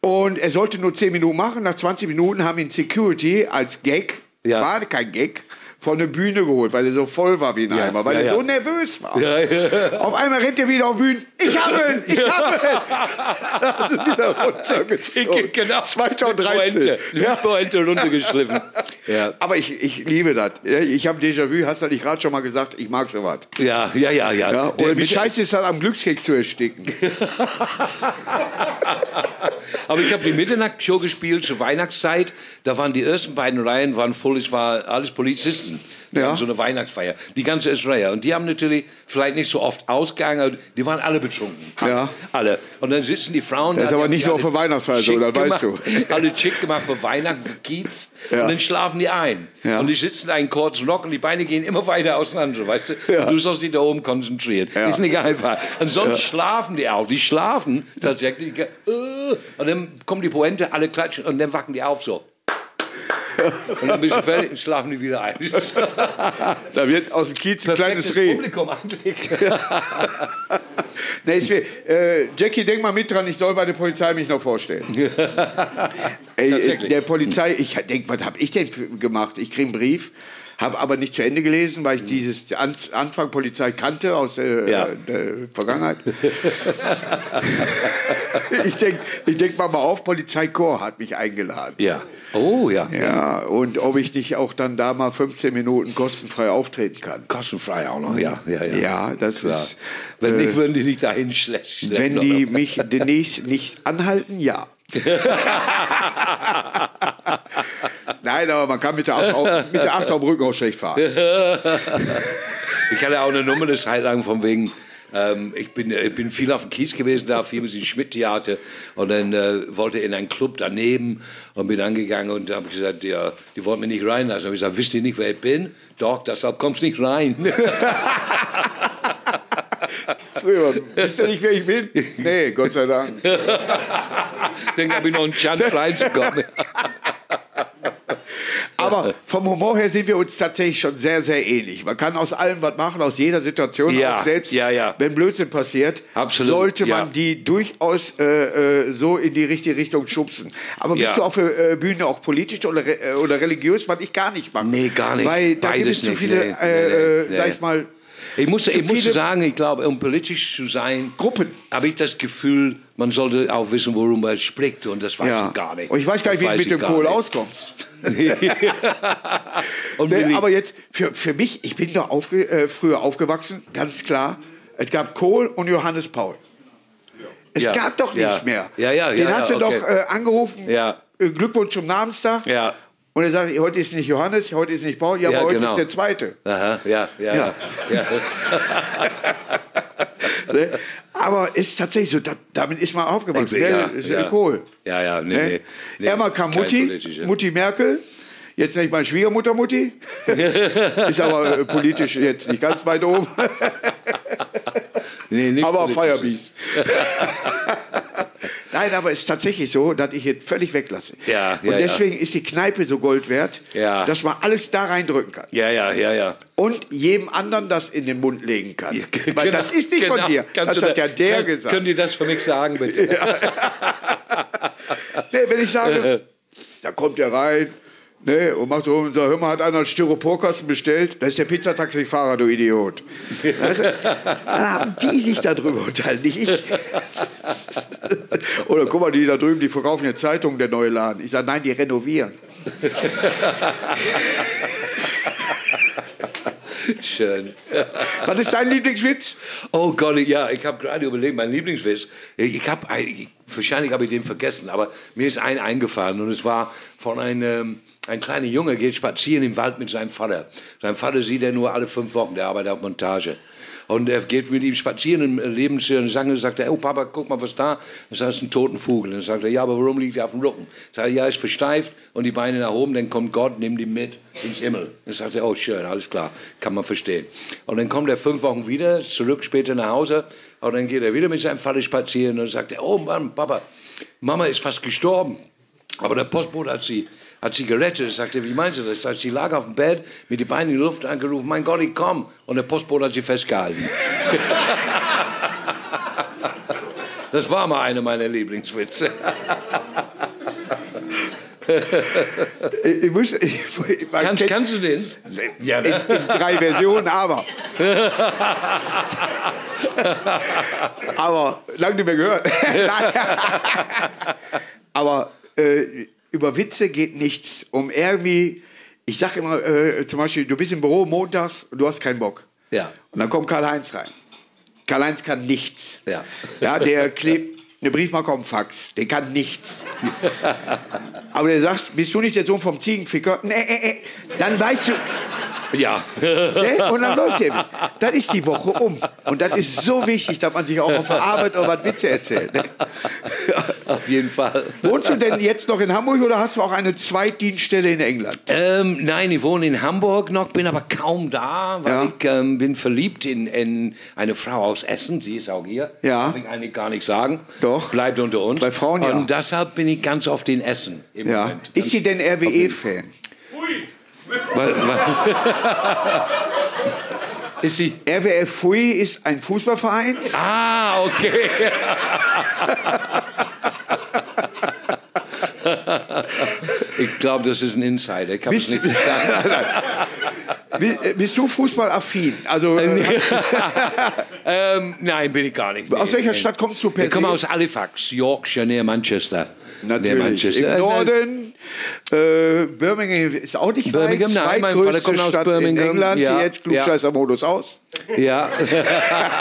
C: Und er sollte nur 10 Minuten machen. Nach 20 Minuten haben ihn Security als Gag,
B: Ja.
C: war kein Gag, von der Bühne geholt, weil er so voll war wie ein
B: Ja,
C: Eimer, weil
B: ja,
C: er
B: ja.
C: so nervös war.
B: Ja, ja.
C: Auf einmal rennt er wieder auf Bühnen. Ich hab ihn! Ich hab
B: (laughs)
C: ihn! Da sind wieder runtergezogen.
B: Ich- (laughs) genau.
C: 2013.
B: Pointe. Ja. Pointe runtergeschliffen. Ja.
C: Aber ich, ich liebe das. Ich habe Déjà-vu, hast du nicht gerade schon mal gesagt, ich mag sowas.
B: Ja, ja, ja, ja.
C: Ja,
B: Der
C: oder wie
B: mit-
C: scheiße ist das, am Glückskeks zu ersticken.
B: Aber ich habe die Mitternachtsshow gespielt zur Weihnachtszeit. Da waren die ersten beiden Reihen waren voll. Es war alles Polizisten. Die
C: Ja.
B: haben so eine Weihnachtsfeier. Die ganze Israel. Und die haben natürlich vielleicht nicht so oft ausgegangen. Die waren alle betrunken.
C: Ja.
B: Alle. Und dann sitzen die
C: Das
B: Frauen. da,
C: ist
B: die
C: aber
B: haben
C: nicht
B: die
C: nur
B: alle
C: auf der Weihnachtsfeier so,
B: schick
C: das weißt
B: gemacht.
C: du.
B: Alle schick gemacht für Weihnachten, für Kiez.
C: Ja.
B: Und dann schlafen die ein.
C: Ja.
B: Und die sitzen einen kurzen Rock und die Beine gehen immer weiter auseinander. so, Weißt du?
C: Ja.
B: Und du sollst dich da oben konzentrieren. Ist nicht einfach. Und sonst schlafen die auch. Die schlafen tatsächlich. Äh, Und dann kommen die Pointe, alle klatschen und dann wacken die auf so. Und dann bist du fertig und schlafen
C: (laughs)
B: die wieder ein.
C: Da wird aus dem Kiez ein
B: Perfektes
C: kleines Reh.
B: Publikum eigentlich.
C: Nee, ist mir, äh, Jackie, denk mal mit dran, ich soll bei der Polizei mich noch
B: (laughs)
C: vorstellen. Ey, äh,
B: Tatsächlich.
C: der Polizei, ich denk, was habe ich denn für- gemacht? Ich krieg einen Brief, habe aber nicht zu Ende gelesen, weil ich dieses An Anfang Polizei kannte aus der,
B: Ja.
C: der Vergangenheit. (laughs) ich denk, ich denk mal, mal auf, Polizeikorps hat mich eingeladen.
B: (laughs) Ja. Oh ja.
C: Ja, und ob ich nicht auch dann da mal 15 Minuten kostenfrei auftreten kann.
B: Kostenfrei auch noch, ja. Ja, ja.
C: Ja, das
B: Klar.
C: ist,
B: Wenn nicht, würden die nicht dahin schlecht.
C: Wenn die mich demnächst nicht anhalten, ja. Nein, aber man kann mit der, Acht auch, mit der Acht auf dem Rücken auch schlecht fahren.
B: Ich hatte auch eine Nummer eine Zeit lang von wegen. Ähm, ich, bin, ich bin viel auf dem Kiez gewesen, da viel mit dem Schmidt-Theater und dann äh, wollte in einen Club daneben und bin angegangen und habe gesagt, ja, die wollten mich nicht reinlassen. Hab ich gesagt, wisst ihr nicht, wer ich bin? Doch, deshalb kommst
C: (laughs)
B: nicht rein.
C: Früher, wisst ihr nicht, wer ich bin? Nee, Gott sei Dank.
B: dann habe ich noch einen Chance reinzukommen.
C: Aber vom Humor her sind wir uns tatsächlich schon sehr, sehr ähnlich. Man kann aus allem was machen, aus jeder Situation,
B: Ja,
C: auch selbst
B: ja, ja.
C: wenn Blödsinn passiert,
B: Absolut,
C: sollte
B: ja.
C: man die durchaus äh, äh, so in die richtige Richtung schubsen. Aber bist
B: Ja.
C: du auf der äh, Bühne auch politisch oder, re äh, oder religiös, was ich gar nicht mache?
B: Nee, gar nicht.
C: Weil da gibt
B: Beides
C: es zu
B: nicht,
C: viele,
B: nee,
C: äh,
B: nee, nee,
C: äh, sag
B: nee.
C: ich mal,
B: Ich muss, ich muss
C: viele-
B: sagen, ich glaube, um politisch zu sein,
C: Gruppen.
B: habe ich das Gefühl, man sollte auch wissen, worüber man spricht. Und das weiß ich gar nicht.
C: Und ich weiß gar nicht, wie
B: Das
C: du mit
B: ich
C: dem
B: gar
C: Kohl
B: nicht. (laughs)
C: auskommst. (laughs)
B: Und
C: Nee,
B: Willi,
C: Ne, aber jetzt, für, für mich, ich bin da aufge, äh, früher aufgewachsen, ganz klar. Es gab Kohl und Johannes Paul. Es
B: Ja,
C: gab doch nicht
B: ja.
C: mehr.
B: Ja, ja,
C: Den
B: ja,
C: hast
B: ja,
C: du
B: okay.
C: doch äh, angerufen.
B: Ja.
C: äh, Glückwunsch zum Namenstag.
B: Ja.
C: Und er sagt, heute ist nicht Johannes, heute ist nicht Paul, ja,
B: Ja,
C: aber heute
B: genau.
C: ist der zweite.
B: Aha, ja,
C: Ja.
B: ja, ja. ja.
C: (laughs) Ne? Aber ist tatsächlich so, da, damit ist man aufgewachsen.
B: Ja,
C: Ja, ist ja. Kohl.
B: Ja, ja, nee,
C: Ne?
B: nee. nee.
C: Erstmal kam
B: Kein
C: Mutti,
B: politischer.
C: Mutti Merkel. Jetzt nicht meine Schwiegermutter
B: (laughs)
C: Mutti. ist aber äh, politisch jetzt nicht ganz weit oben.
B: Nee, nicht
C: (laughs) aber
B: politisches.
C: Firebeast. Nein, aber es ist tatsächlich so, dass ich jetzt völlig weglasse.
B: Ja,
C: Und
B: ja,
C: deswegen ist die Kneipe so Gold wert,
B: Ja.
C: dass man alles da reindrücken kann.
B: Ja, ja, ja, ja.
C: Und jedem anderen das in den Mund legen kann.
B: Ja, g-
C: Weil
B: genau,
C: das ist nicht
B: genau.
C: von dir.
B: Kannst
C: das
B: du
C: hat
B: da-
C: ja der
B: kann-
C: gesagt.
B: Können die das für mich sagen, bitte?
C: Nee, wenn ich
B: Äh,
C: sage, da kommt er rein ne, und macht so, und sagt, hör mal, hat einer einen Styroporkasten bestellt? Das ist der Pizzataxifahrer, du Idiot. Weißt du, dann haben die sich darüber unterhalten, nicht
B: (laughs)
C: ich. Oder guck mal, die da drüben, die verkaufen ja Zeitungen, der neue Laden. Ich sage, nein, die renovieren.
B: (laughs) Schön.
C: Was ist dein Lieblingswitz?
B: Oh Gott, ja, ich habe gerade überlegt, mein Lieblingswitz. Ich habe, wahrscheinlich habe ich den vergessen, aber mir ist ein eingefallen und es war von einem, ähm, ein kleiner Junge geht spazieren im Wald mit seinem Vater. Sein Vater sieht er nur alle fünf Wochen, der arbeitet auf Montage. Und er geht mit ihm spazieren im äh, Lebensjahr und sagt- sagt er, oh Papa, guck mal, was da. Und sagt, das ist ein toten Vogel. Und sagt er, ja, aber warum liegt er auf dem Rücken? Sagt er, ja, ist versteift und die Beine nach oben, dann kommt Gott, nimmt ihn mit ins Himmel. Dann sagt er, oh schön, alles klar, kann man verstehen. Und dann kommt er fünf Wochen wieder, zurück später nach Hause und dann geht er wieder mit seinem Vater spazieren und sagt er, oh Mann, Papa, Mama ist fast gestorben. Aber der Postbote hat sie, hat sie gerettet. Er sagte, wie meinst du das? Sagt, sie lag auf dem Bett, mit den Beinen in die Luft angerufen, mein Gott, ich komm. Und der Postbote hat sie festgehalten. Das war mal einer meiner Lieblingswitze.
C: Äh, Ich, ich muss, ich, ich, man
B: Kannst,
C: kennt-
B: kannst du den? Ja,
C: in,
B: ne?
C: in drei Versionen, aber. aber lange nicht mehr gehört. (laughs) Nein. aber äh, über Witze geht nichts. Um irgendwie, ich sag immer äh, zum Beispiel, du bist im Büro montags und du hast keinen Bock.
B: Ja.
C: Und dann kommt Karl-Heinz rein. Karl-Heinz kann nichts.
B: Ja.
C: ja der klebt eine Briefmarke auf den Fax. Der kann nichts. Aber der sagt, bist du nicht der Sohn vom Ziegenficker? Nee, nee, nee. Dann weißt du,
B: Ja.
C: Ne? Und dann läuft der. Dann ist die Woche um. Und das ist so wichtig, dass man sich auch auf der Arbeit oder was Witze erzählt. Ne?
B: Auf jeden Fall.
C: Wohnst du denn jetzt noch in Hamburg oder hast du auch eine Zweitdienststelle in England?
B: Ähm, nein, ich wohne in Hamburg noch, bin aber kaum da, weil
C: Ja.
B: ich ähm, bin verliebt in, in eine Frau aus Essen, sie ist auch hier.
C: Ja.
B: Darf ich eigentlich gar nicht sagen.
C: Doch.
B: Bleibt unter uns.
C: Bei Frauen ja.
B: Und deshalb bin ich ganz oft in Essen im
C: Ja.
B: Moment.
C: Ist sie denn RWE-Fan?
B: Weil,
C: (laughs)
B: (laughs) weil ist sie...
C: RWE Fui ist ein Fußballverein.
B: Ah, okay. ich glaube, das ist ein Insider. Ich habe es
C: Bist,
B: nicht verstanden.
C: (laughs) Bi- äh, bist du fußballaffin? Also, äh,
B: (laughs) ähm, nein, bin ich gar nicht.
C: Aus
B: Nee,
C: welcher
B: nee.
C: Stadt kommst du per
B: Ich komme
C: se?
B: aus Halifax, Yorkshire, näher Manchester. Näher
C: natürlich. Im
B: Äh,
C: Norden. Äh, Birmingham ist auch nicht
B: Birmingham,
C: weit.
B: nein, mein Vater
C: Zweitgrößte
B: kommt aus
C: Stadt in
B: Birmingham,
C: England.
B: ja,
C: Jetzt Klugscheißer-Modus aus.
B: Ja.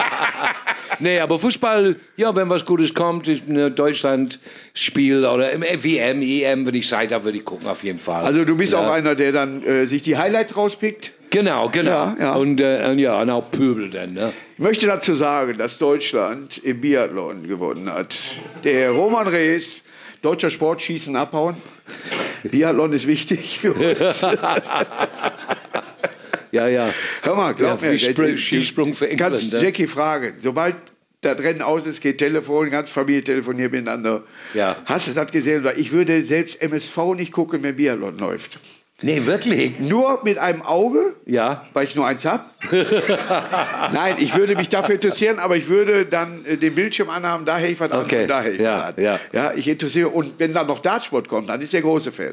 B: (laughs) nee, aber Fußball, ja, wenn was Gutes kommt, ist ein Deutschland-Spiel oder äh, im WM, EM, E wenn ich Zeit habe, würde ich gucken, auf jeden Fall.
C: Also du bist
B: ja.
C: auch einer, der dann äh, sich die Highlights rauspickt.
B: Genau, genau.
C: Ja, ja.
B: Und, äh, und ja, und auch Pöbel dann, ne?
C: Ich möchte dazu sagen, dass Deutschland im Biathlon gewonnen hat. Der Roman Rees, deutscher Sport, Schießen, Abhauen. Biathlon ist wichtig
B: (laughs)
C: für uns.
B: Ja, ja.
C: Hör mal, glaub
B: Ja,
C: mir.
B: Skisprung- Skisprung für England,
C: Kannst
B: ne?
C: Jackie fragen. Sobald das Rennen aus ist, geht Telefon, ganz Familie telefoniert miteinander.
B: Ja.
C: Hast du das gesehen? Ich würde selbst MSV nicht gucken, wenn Biathlon läuft.
B: Nee, wirklich?
C: Nur mit einem Auge,
B: Ja.
C: weil ich nur eins
B: (laughs)
C: habe. Nein, ich würde mich dafür interessieren, aber ich würde dann äh, den Bildschirm anhaben, da hätte ich was
B: Okay,
C: an, da hätte ich
B: ja,
C: was an.
B: ja.
C: ja, ich interessiere und wenn dann noch Dartsport kommt, dann ist der große
B: (laughs)
C: Fan.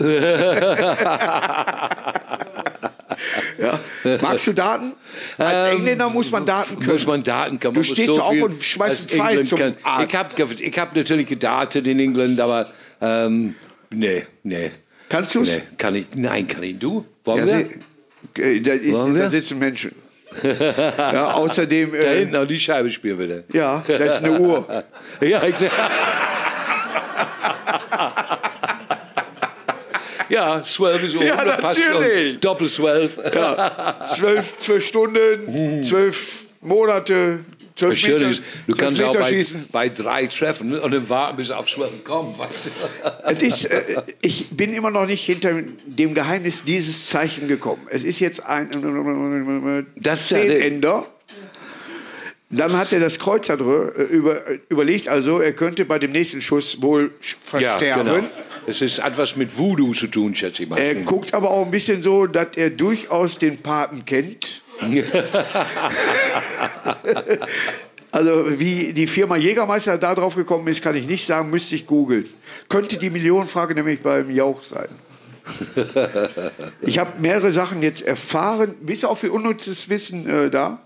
C: ja. Magst du Daten? Als
B: Ähm,
C: Engländer muss man Daten können.
B: Muss man Daten können.
C: Du
B: man muss
C: stehst
B: so
C: auf
B: viel
C: und schmeißt
B: als
C: einen Pfeil
B: England
C: zum
B: kann.
C: Arzt.
B: Ich habe ich hab natürlich gedatet in England, aber ähm, nee, nee.
C: Kannst du's?
B: Nee, kann ich, nein, kann ich. Du?
C: Ja,
B: Wollen wir?
C: sie- äh, da, ist,
B: Wollen wir?
C: da sitzen
B: (laughs)
C: Menschen. ja, außerdem,
B: Da
C: äh,
B: hinten auf die Scheibe spielen bitte.
C: ja, da ist eine Uhr.
B: (laughs) Ja, ich sag, ja, 12 ist oben,
C: Ja,
B: das passt schon.
C: natürlich.
B: Doppel 12. (laughs)
C: Ja, zwölf, zwölf Stunden, zwölf Monate,
B: Das
C: zwölf
B: Schöne
C: Meter,
B: ist, du
C: zwölf
B: kannst
C: Meter
B: auch bei,
C: schießen.
B: bei drei treffen ne? und dann warten, bis er auf 12 kommt. Weißt du?
C: Es ist, äh, ich bin immer noch nicht hinter dem Geheimnis dieses Zeichen gekommen. Es ist jetzt ein
B: Das ist ja der-
C: Zehnender. Dann hat er das Kreuz da drü- äh, über, äh, überlegt, also er könnte bei dem nächsten Schuss wohl sch- versterben.
B: genau. Es ist etwas mit Voodoo zu tun, schätze ich mal.
C: Er guckt aber auch ein bisschen so, dass er durchaus den Paten
B: (laughs)
C: kennt. Also wie die Firma Jägermeister da drauf gekommen ist, kann ich nicht sagen, müsste ich googeln. Könnte die Millionenfrage nämlich beim Jauch sein. Ich habe mehrere Sachen jetzt erfahren. Bist du auch viel unnützes Wissen äh, da?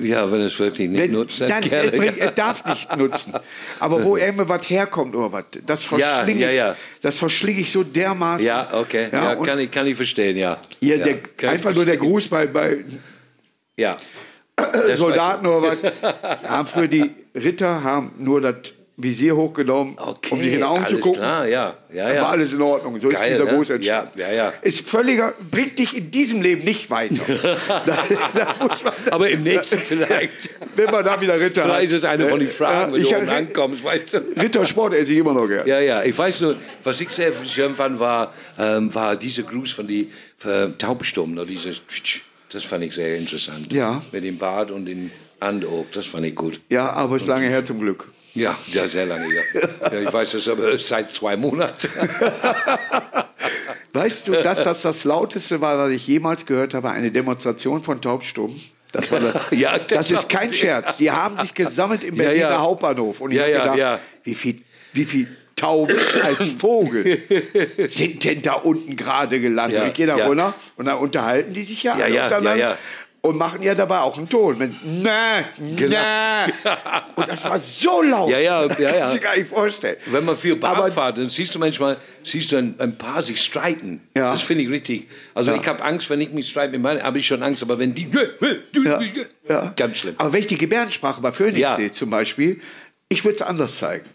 B: ja, wenn es wirklich nicht nutzt, dann
C: Nein,
B: gerne.
C: er, bringt, er darf nicht nutzen. Aber
B: (laughs)
C: wo immer was herkommt oder was, das verschlinge
B: ja, ja.
C: ich, das verschlinge ich so dermaßen.
B: ja, okay. Ja,
C: und-
B: kann, ich, kann ich verstehen, ja.
C: Ja,
B: ja,
C: der,
B: kann ich
C: einfach nur der Gruß bei, bei (clears throat)
B: Ja. Das
C: Soldaten oder was. haben früher die Ritter haben nur das Visier hochgenommen,
B: weiß ich. Okay,
C: um sich in die Augen
B: alles
C: zu gucken.
B: Klar, ja, ja, ja.
C: War alles in Ordnung. So
B: Geil,
C: ist dieser
B: ne?
C: Gruß entstanden.
B: Ja, ja, ja.
C: Ist völliger, bringt dich in diesem Leben nicht weiter.
B: (laughs)
C: da, da muss man,
B: Aber im
C: (laughs)
B: nächsten vielleicht.
C: wenn man da wieder Ritter hat.
B: Vielleicht ist es eine von den
C: Äh,
B: Fragen,
C: ja,
B: wenn
C: ich-
B: du oben ankommst, weißt du.
C: Rittersport esse ich immer noch gern.
B: Ja, ja, ich weiß nur, was ich sehr schön fand, war, ähm, war dieser Gruß von die äh, Taubstummen, oder dieses Tsch, das fand ich sehr interessant.
C: Ja.
B: Mit dem Bart und dem Andob, das fand ich gut.
C: Ja, aber es ist lange her zum Glück.
B: Ja, ja sehr lange,
C: (laughs)
B: ja. ja ich weiß das aber erst seit zwei Monaten.
C: Weißt du, dass das das Lauteste war, was ich jemals gehört habe? Eine Demonstration von Taubstummen. Das, war das,
B: Ja,
C: das,
B: das
C: ist
B: (laughs)
C: kein Scherz. Die haben sich gesammelt im
B: Ja,
C: Berliner
B: ja.
C: Hauptbahnhof. Und ich
B: Ja,
C: habe
B: ja,
C: gedacht,
B: ja.
C: wie viel, wie viel Tauben als
B: (laughs)
C: Vogel sind denn da unten gerade gelandet?
B: Ja,
C: und ich gehe da
B: ja.
C: runter und dann unterhalten die sich ja,
B: Ja,
C: alle
B: ja,
C: untereinander
B: ja, ja.
C: und machen ja dabei auch einen Ton. Wenn, ne,
B: Genau.
C: ne.
B: (laughs)
C: Und das war so laut.
B: Ja, ja,
C: das
B: ja, ja.
C: Kannst du dir gar nicht vorstellen.
B: Wenn man viel Bahn
C: Aber-
B: fährt, dann siehst du manchmal siehst du ein, ein Paar sich streiten.
C: Ja.
B: Das finde ich richtig. Also ich habe Angst, wenn ich mich streite mit meinen, habe ich schon Angst, aber wenn die... (laughs)
C: Ja, ja.
B: Ganz schlimm.
C: Aber wenn ich die Gebärdensprache bei Phoenix
B: Ja.
C: sehe zum Beispiel, ich würde es anders zeigen.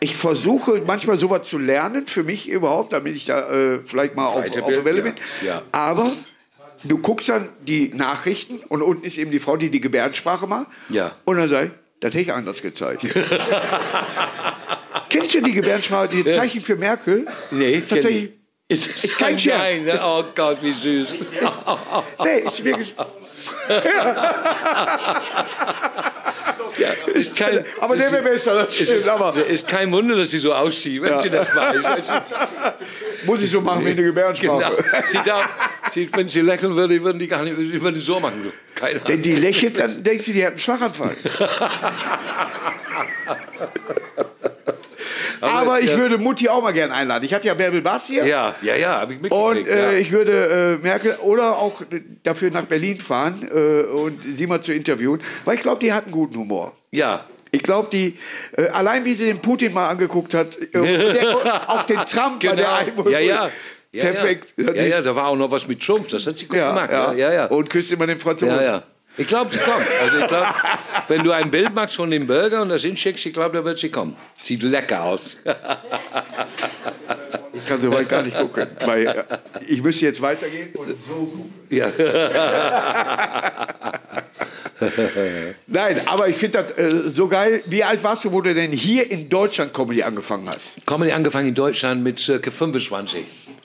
C: Ich versuche manchmal sowas zu lernen, für mich überhaupt, damit ich da äh, vielleicht mal auf, auf
B: Weiter
C: der Welle
B: bin,
C: bin.
B: ja, ja.
C: Aber du guckst dann die Nachrichten und unten ist eben die Frau, die die Gebärdensprache macht.
B: Ja.
C: Und dann sage ich, das hätte ich anders gezeigt.
B: (laughs)
C: Kennst du die Gebärdensprache, die Zeichen für Merkel?
B: Nee,
C: Tatsächlich-
B: Ist, ist,
C: kein Scherz.
B: Nein, ne? oh Gott,
C: (laughs)
B: wie süß.
C: Nee, ist wirklich.
B: ist kein,
C: (laughs) Aber der wäre besser, das
B: ist,
C: stimmt,
B: ist,
C: aber-
B: ist kein Wunder, dass sie so aussieht, wenn sie das
C: (laughs)
B: weiß. Weißt du?
C: Muss ich so machen wie eine Gebärdensprache.
B: Genau. Sie darf, sie, wenn sie lächeln würde, würden die gar nicht, die würden so machen. du. Keine Ahnung.
C: Wenn die lächelt,
B: (laughs)
C: dann denkt sie, die hat einen Schlaganfall. Aber ich
B: ja.
C: würde Mutti auch mal gerne einladen. Ich hatte ja Bärbel Bass hier.
B: Ja, ja, ja, habe ich
C: Und
B: mitgekriegt.
C: äh,
B: ja.
C: ich würde äh, Merkel oder auch äh, dafür nach Berlin fahren äh, und sie mal zu interviewen, weil ich glaube, die hat einen guten Humor.
B: ja.
C: Ich glaube, die äh, allein wie sie den Putin mal angeguckt hat,
B: (laughs)
C: äh, und der, auch den Trump bei der
B: Genau.
C: Einwohner.
B: Ja, ja. Ja,
C: Perfekt.
B: Ja. Ja,
C: die-
B: ja, da war auch noch was mit Trumpf, das hat sie gut
C: ja,
B: gemacht.
C: ja.
B: Ja, ja, ja.
C: Und küsst immer den Franzosen.
B: ja, ja. Ich glaube, sie kommt. Also ich
C: (laughs)
B: glaub, wenn du ein Bild machst von dem Burger und das hinschickst, ich glaube, da wird sie kommen. Sieht lecker aus.
C: Ich kann so weit gar nicht
B: (laughs)
C: gucken, weil äh, ich müsste jetzt weitergehen und so gucken.
B: Ja.
C: (laughs) Nein, aber ich finde das äh, so geil. Wie alt warst du, wo du denn hier in Deutschland Comedy angefangen hast?
B: Comedy angefangen in Deutschland mit circa 25.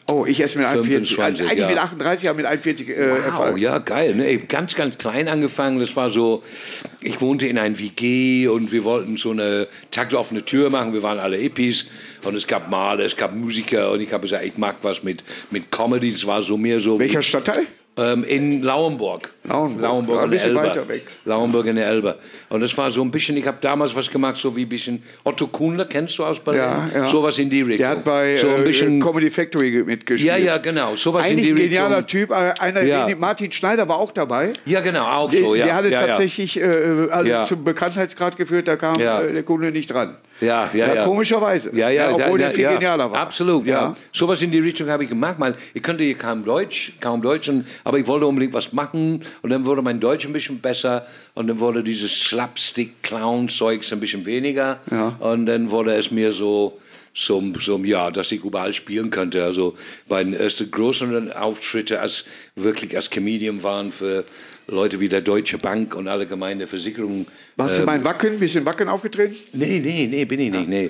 C: Oh, ich esse mit 41.
B: 25,
C: also eigentlich mit
B: ja.
C: 38, aber mit 41 äh,
B: Wow,
C: erfahren.
B: ja, geil. Ne? Eben Ganz, ganz klein angefangen. Das war so, ich wohnte in einem WG und wir wollten so eine taktoffene Tür machen. Wir waren alle Hippies und es gab Maler, es gab Musiker und ich habe gesagt, ich mag was mit, mit Comedy. Das war so mehr so...
C: Welcher Stadtteil?
B: Ähm, in Lauenburg.
C: Lauenburg. Ja,
B: Lauenburg
C: ein
B: in der
C: bisschen
B: Elbe.
C: weiter weg.
B: Lauenburg in der Elbe. Und das war so ein bisschen, ich habe damals was gemacht, so wie ein bisschen Otto Kuhnler, kennst du aus Berlin?
C: Ja, ja.
B: Sowas in die Richtung.
C: Der hat bei
B: so ein bisschen,
C: äh, Comedy Factory ge- mitgespielt.
B: Ja, ja, genau. Sowas in
C: Eigentlich
B: die
C: ein
B: Richtung.
C: genialer Typ. äh, Einer,
B: Ja.
C: wenigen- Martin Schneider war auch dabei.
B: Ja, genau, auch so. Ja,
C: Äh, der hatte
B: ja,
C: tatsächlich äh, also
B: Ja.
C: zum Bekanntheitsgrad geführt, da kam
B: Ja.
C: äh, der Kunde nicht dran.
B: Ja, ja, ja.
C: Komischerweise.
B: Ja, ja, ja
C: obwohl
B: ja,
C: der viel
B: ja,
C: genialer war.
B: Absolut, ja. Sowas in die Richtung habe ich gemacht. Mal, ich konnte hier kaum Deutsch, kaum Deutsch, und, aber ich wollte unbedingt was machen. Und dann wurde mein Deutsch ein bisschen besser. Und dann wurde dieses Slapstick-Clown-Zeugs ein bisschen weniger. Und dann wurde es mir so zum, zum, ja, dass ich überall spielen könnte. Also meine ersten großen Auftritte als wirklich als Comedian waren für Leute wie der Deutsche Bank und alle Gemeindeversicherungen.
C: Warst
B: Ähm.
C: du mal in Wacken, ein bisschen Wacken aufgetreten?
B: Äh, Nee, nee, nee, bin ich nicht. Nee.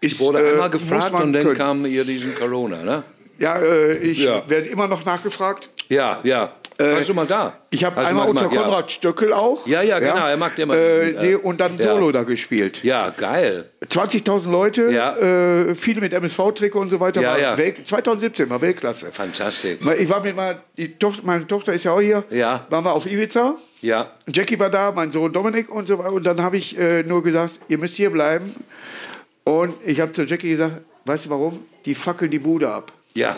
B: Ich
C: Ist,
B: wurde
C: äh,
B: einmal
C: muss
B: gefragt
C: man
B: und dann
C: können.
B: kam hier diesen Corona, ne?
C: Ja, äh, ich
B: Ja.
C: werde immer noch nachgefragt.
B: Ja, ja. Warst du mal da?
C: Äh, Ich habe
B: Hast du
C: einmal
B: Also mal
C: unter
B: gemacht?
C: Konrad Stöckel auch.
B: Ja, ja, genau, er macht immer-
C: Äh, nee,
B: äh,
C: und dann
B: ja.
C: Solo da gespielt.
B: Ja. ja, geil.
C: 20.000 Leute,
B: Ja.
C: äh, viele mit MSV-Trikot und so weiter.
B: Ja,
C: war
B: ja.
C: Welt, 2017 war Weltklasse.
B: Fantastisch.
C: Weil Ich war mit meiner die Tochter, meine Tochter ist ja auch hier.
B: Ja.
C: Waren wir auf Ibiza.
B: Ja.
C: Jackie war da, mein Sohn Dominik und so weiter. Und dann habe ich äh, nur gesagt, ihr müsst hier bleiben. Und ich habe zu Jackie gesagt, weißt du warum? Die fackeln die Bude ab. (laughs)
B: Ja.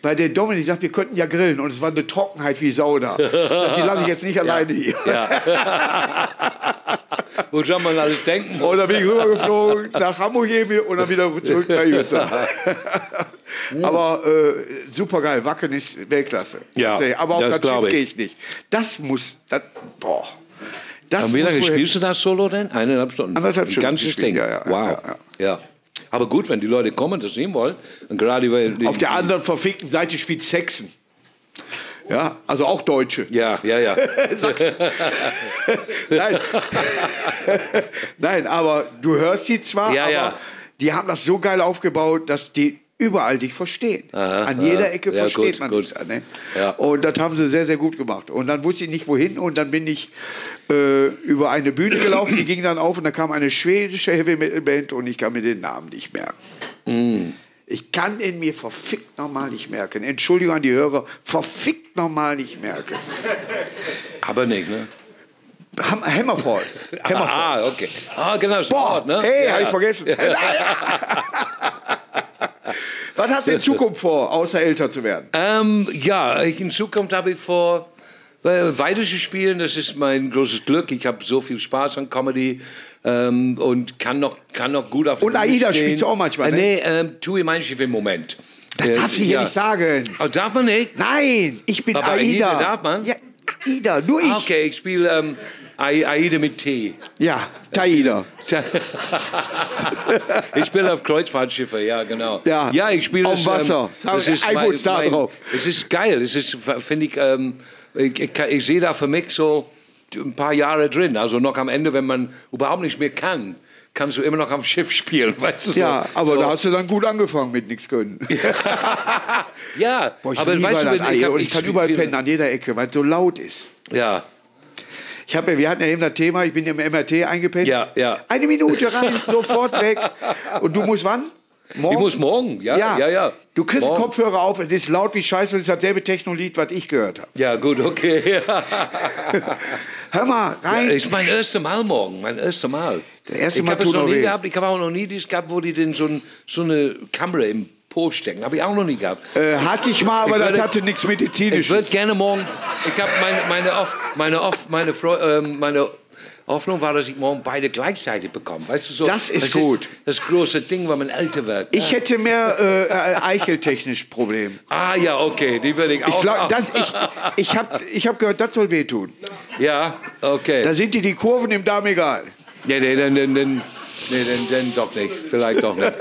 C: Weil der Dominik sagt, wir könnten ja grillen. Und es war eine Trockenheit wie Sau da. Ich sag, die lasse ich jetzt nicht alleine hier.
B: Ja. Wo soll man alles denken?
C: Und dann bin ich rübergeflogen nach Hamburg eben und dann wieder zurück nach
B: (laughs)
C: Ibiza. Aber äh, super geil, Wacken ist Weltklasse.
B: Ja,
C: Tatsächlich. Aber auf
B: das
C: das,
B: glaub
C: Schiff
B: ich.
C: gehe ich nicht. Das muss, das, boah. Das
B: Und wie
C: muss
B: lange
C: wohl-
B: spielst du das Solo denn? Eineinhalb Stunden.
C: Anderthalb
B: Ein
C: Stunden
B: Ganzes
C: gespielt,
B: Ding.
C: ja, ja,
B: wow.
C: ja,
B: Ja, Aber gut, wenn die Leute kommen, das sehen wollen. Und gerade weil die,
C: Auf der anderen verfickten Seite spielt Sexen. Ja, also auch Deutsche.
B: Ja, ja, ja.
C: Sachsen. (laughs) Nein. Nein, aber du hörst die zwar,
B: Ja,
C: aber
B: ja.
C: die haben das so geil aufgebaut, dass die überall dich verstehen.
B: Aha,
C: An jeder
B: aha.
C: Ecke
B: Ja,
C: versteht
B: gut,
C: man
B: gut.
C: dich. da, Ne?
B: Ja.
C: Und das haben sie sehr, sehr gut gemacht. Und dann wusste ich nicht, wohin. Und dann bin ich äh, über eine Bühne gelaufen, die ging dann auf und da kam eine schwedische Heavy-Metal-Band und ich kann mir den Namen nicht merken.
B: Mm.
C: Ich kann in mir verfickt normal nicht merken. Entschuldigung an die Hörer, verfickt normal nicht merken.
B: Aber nicht, ne?
C: Ham Hammerfall. Hammerfall.
B: Ah, okay. Ah, genau. ist ein
C: Boah,
B: Ort, ne?
C: hey,
B: ja.
C: hab ich
B: (laughs)
C: vergessen. Was hast du in Zukunft vor, außer älter zu werden?
B: Ähm, ja, ich- in Zukunft habe ich vor, äh, weiter zu spielen. Das ist mein großes Glück. Ich habe so viel Spaß an Comedy ähm, und kann noch, kann noch gut auf der
C: Und
B: Bühne
C: AIDA
B: stehen.
C: spielst du auch manchmal,
B: Äh,
C: ne?
B: nee, ähm, tue ich manchmal im Moment. Äh,
C: Das darf ich hier nicht sagen.
B: Oh, darf man nicht?
C: Nein, ich bin
B: Aber
C: Aida.
B: Aida darf man?
C: Ja, Aida, nur ich.
B: Ah, okay, ich spiele ähm, Ai- AIDA mit T.
C: Ja, Taida.
B: Tja. (laughs) ich spiele auf Kreuzfahrtschiffe, ja, genau.
C: Ja,
B: ich spiele
C: auf
B: das,
C: Wasser. Sag, ein
B: mein-
C: Wort da
B: mein-
C: drauf.
B: Es ist geil, es ist, finde ich, ähm, ich, ich, kann- ich sehe da für mich so ein paar Jahre drin. Also noch am Ende, wenn man überhaupt nichts mehr kann, kannst du immer noch am Schiff spielen, (laughs) weißt du so.
C: Ja, aber
B: so.
C: da hast du dann gut angefangen mit nichts können.
B: (laughs) ja,
C: Boah, ich
B: aber
C: liebe
B: weißt du,
C: das
B: wenn,
C: Ei
B: hab-
C: und ich kann überall
B: spiel-
C: pennen, an jeder Ecke, weil es so laut ist.
B: Ja,
C: Ich hab, ja- wir hatten ja eben das Thema, ich bin im MRT eingepennt.
B: Ja, ja.
C: Eine Minute rein, sofort weg. Und du musst wann? Morgen?
B: ich muss morgen, ja, Ah, ja, ja.
C: Du kriegst
B: morgen.
C: einen Kopfhörer auf, es ist laut wie Scheiße und es ist dasselbe Techno-Lied, was ich gehört habe.
B: Ja, gut, okay. (laughs)
C: Hör mal, rein.
B: Ist mein erstes Mal morgen, mein erstes Mal.
C: Das erste Mal
B: ich habe es
C: tut
B: noch
C: noch
B: nie
C: weh.
B: gehabt. Ich habe auch noch nie dies gehabt, wo die denn so, ein, so eine Kamera im Po stecken. Habe ich auch noch nie gehabt.
C: äh, hatte ich mal, aber
B: Ich
C: das
B: würde-
C: hatte nichts
B: Ich würde
C: Medizinisches.
B: gerne morgen. Ich habe meine meine Hoff- meine Hoff- meine, Freu, ähm, meine Hoffnung war, dass ich morgen beide gleichzeitig bekomme. Weißt du so?
C: Das ist gut.
B: das große Ding, wenn man älter wird.
C: Ich hätte mehr äh, äh, eicheltechnisch Problem.
B: ah ja, okay, die würde ich auch.
C: Ich glaube,
B: machen.
C: das ich ich habe ich hab gehört, das soll wehtun.
B: (laughs) ja, okay.
C: Da sind dir die Kurven im Darm egal.
B: Nee, nee, dann, dann, dann, nee, dann, dann doch nicht. Vielleicht doch nicht.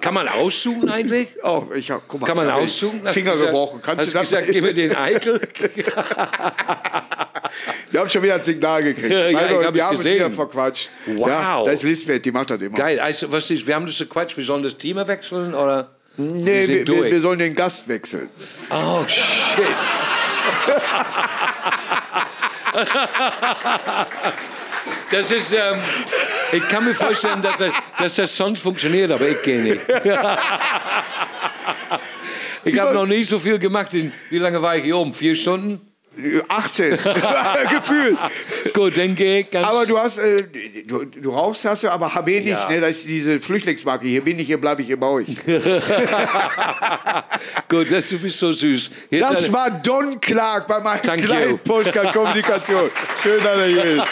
B: Kann man aussuchen eigentlich?
C: Oh, ich hab, guck mal,
B: Kann man
C: da hab ich
B: aussuchen? Hast
C: Finger
B: gesagt-
C: gebrochen. Kannst
B: hast
C: du das
B: gesagt,
C: mal-
B: gib mir den
C: (laughs)
B: Eitel?
C: Wir haben schon wieder ein Signal gekriegt.
B: Ja,
C: Weil
B: ich
C: wir- wir
B: hab es
C: haben uns
B: gesehen.
C: wieder verquatscht.
B: Wow.
C: Ja, das ist Lisbeth, die macht das immer.
B: Geil, also was ist, wir haben das gequatscht, wir sollen das Thema wechseln oder?
C: Nee,
B: sind
C: wir, wir,
B: durch.
C: wir sollen den Gast wechseln.
B: Oh,
C: (laughs)
B: shit. Das ist, ähm, ich kann mir vorstellen, dass das, dass das sonst funktioniert, aber ich gehe nicht. Ich habe noch nie so viel gemacht. In, wie lange war ich hier oben? Vier Stunden?
C: 18,
B: (laughs)
C: (laughs) gefühlt.
B: Gut, dann gehe ich ganz.
C: Aber du hast, äh, du, du rauchst, hast du, aber HB nicht,
B: Ja.
C: ne? Das ist diese Flüchtlingsmarke. Hier bin ich, hier bleibe ich, hier
B: (laughs)
C: baue ich.
B: Gut, das, du bist so süß. Jetzt
C: Das
B: alle-
C: war Don Clark bei meinem
B: Thank you. (laughs)
C: kleinen Postcard-Kommunikation. Schön, dass er hier ist.